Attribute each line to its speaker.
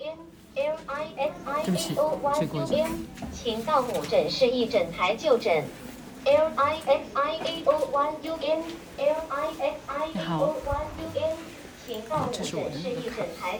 Speaker 1: M I S I
Speaker 2: 对不起
Speaker 1: N O Y
Speaker 2: 借过一
Speaker 1: U
Speaker 2: 下
Speaker 1: M，情到母诊是一整台就诊。L I S I A O Y U N，L I S I A O Y U N，情到
Speaker 2: 哦
Speaker 1: 母
Speaker 2: 这
Speaker 1: 诊
Speaker 2: 是我的
Speaker 1: 是
Speaker 2: 那个
Speaker 1: 一整台。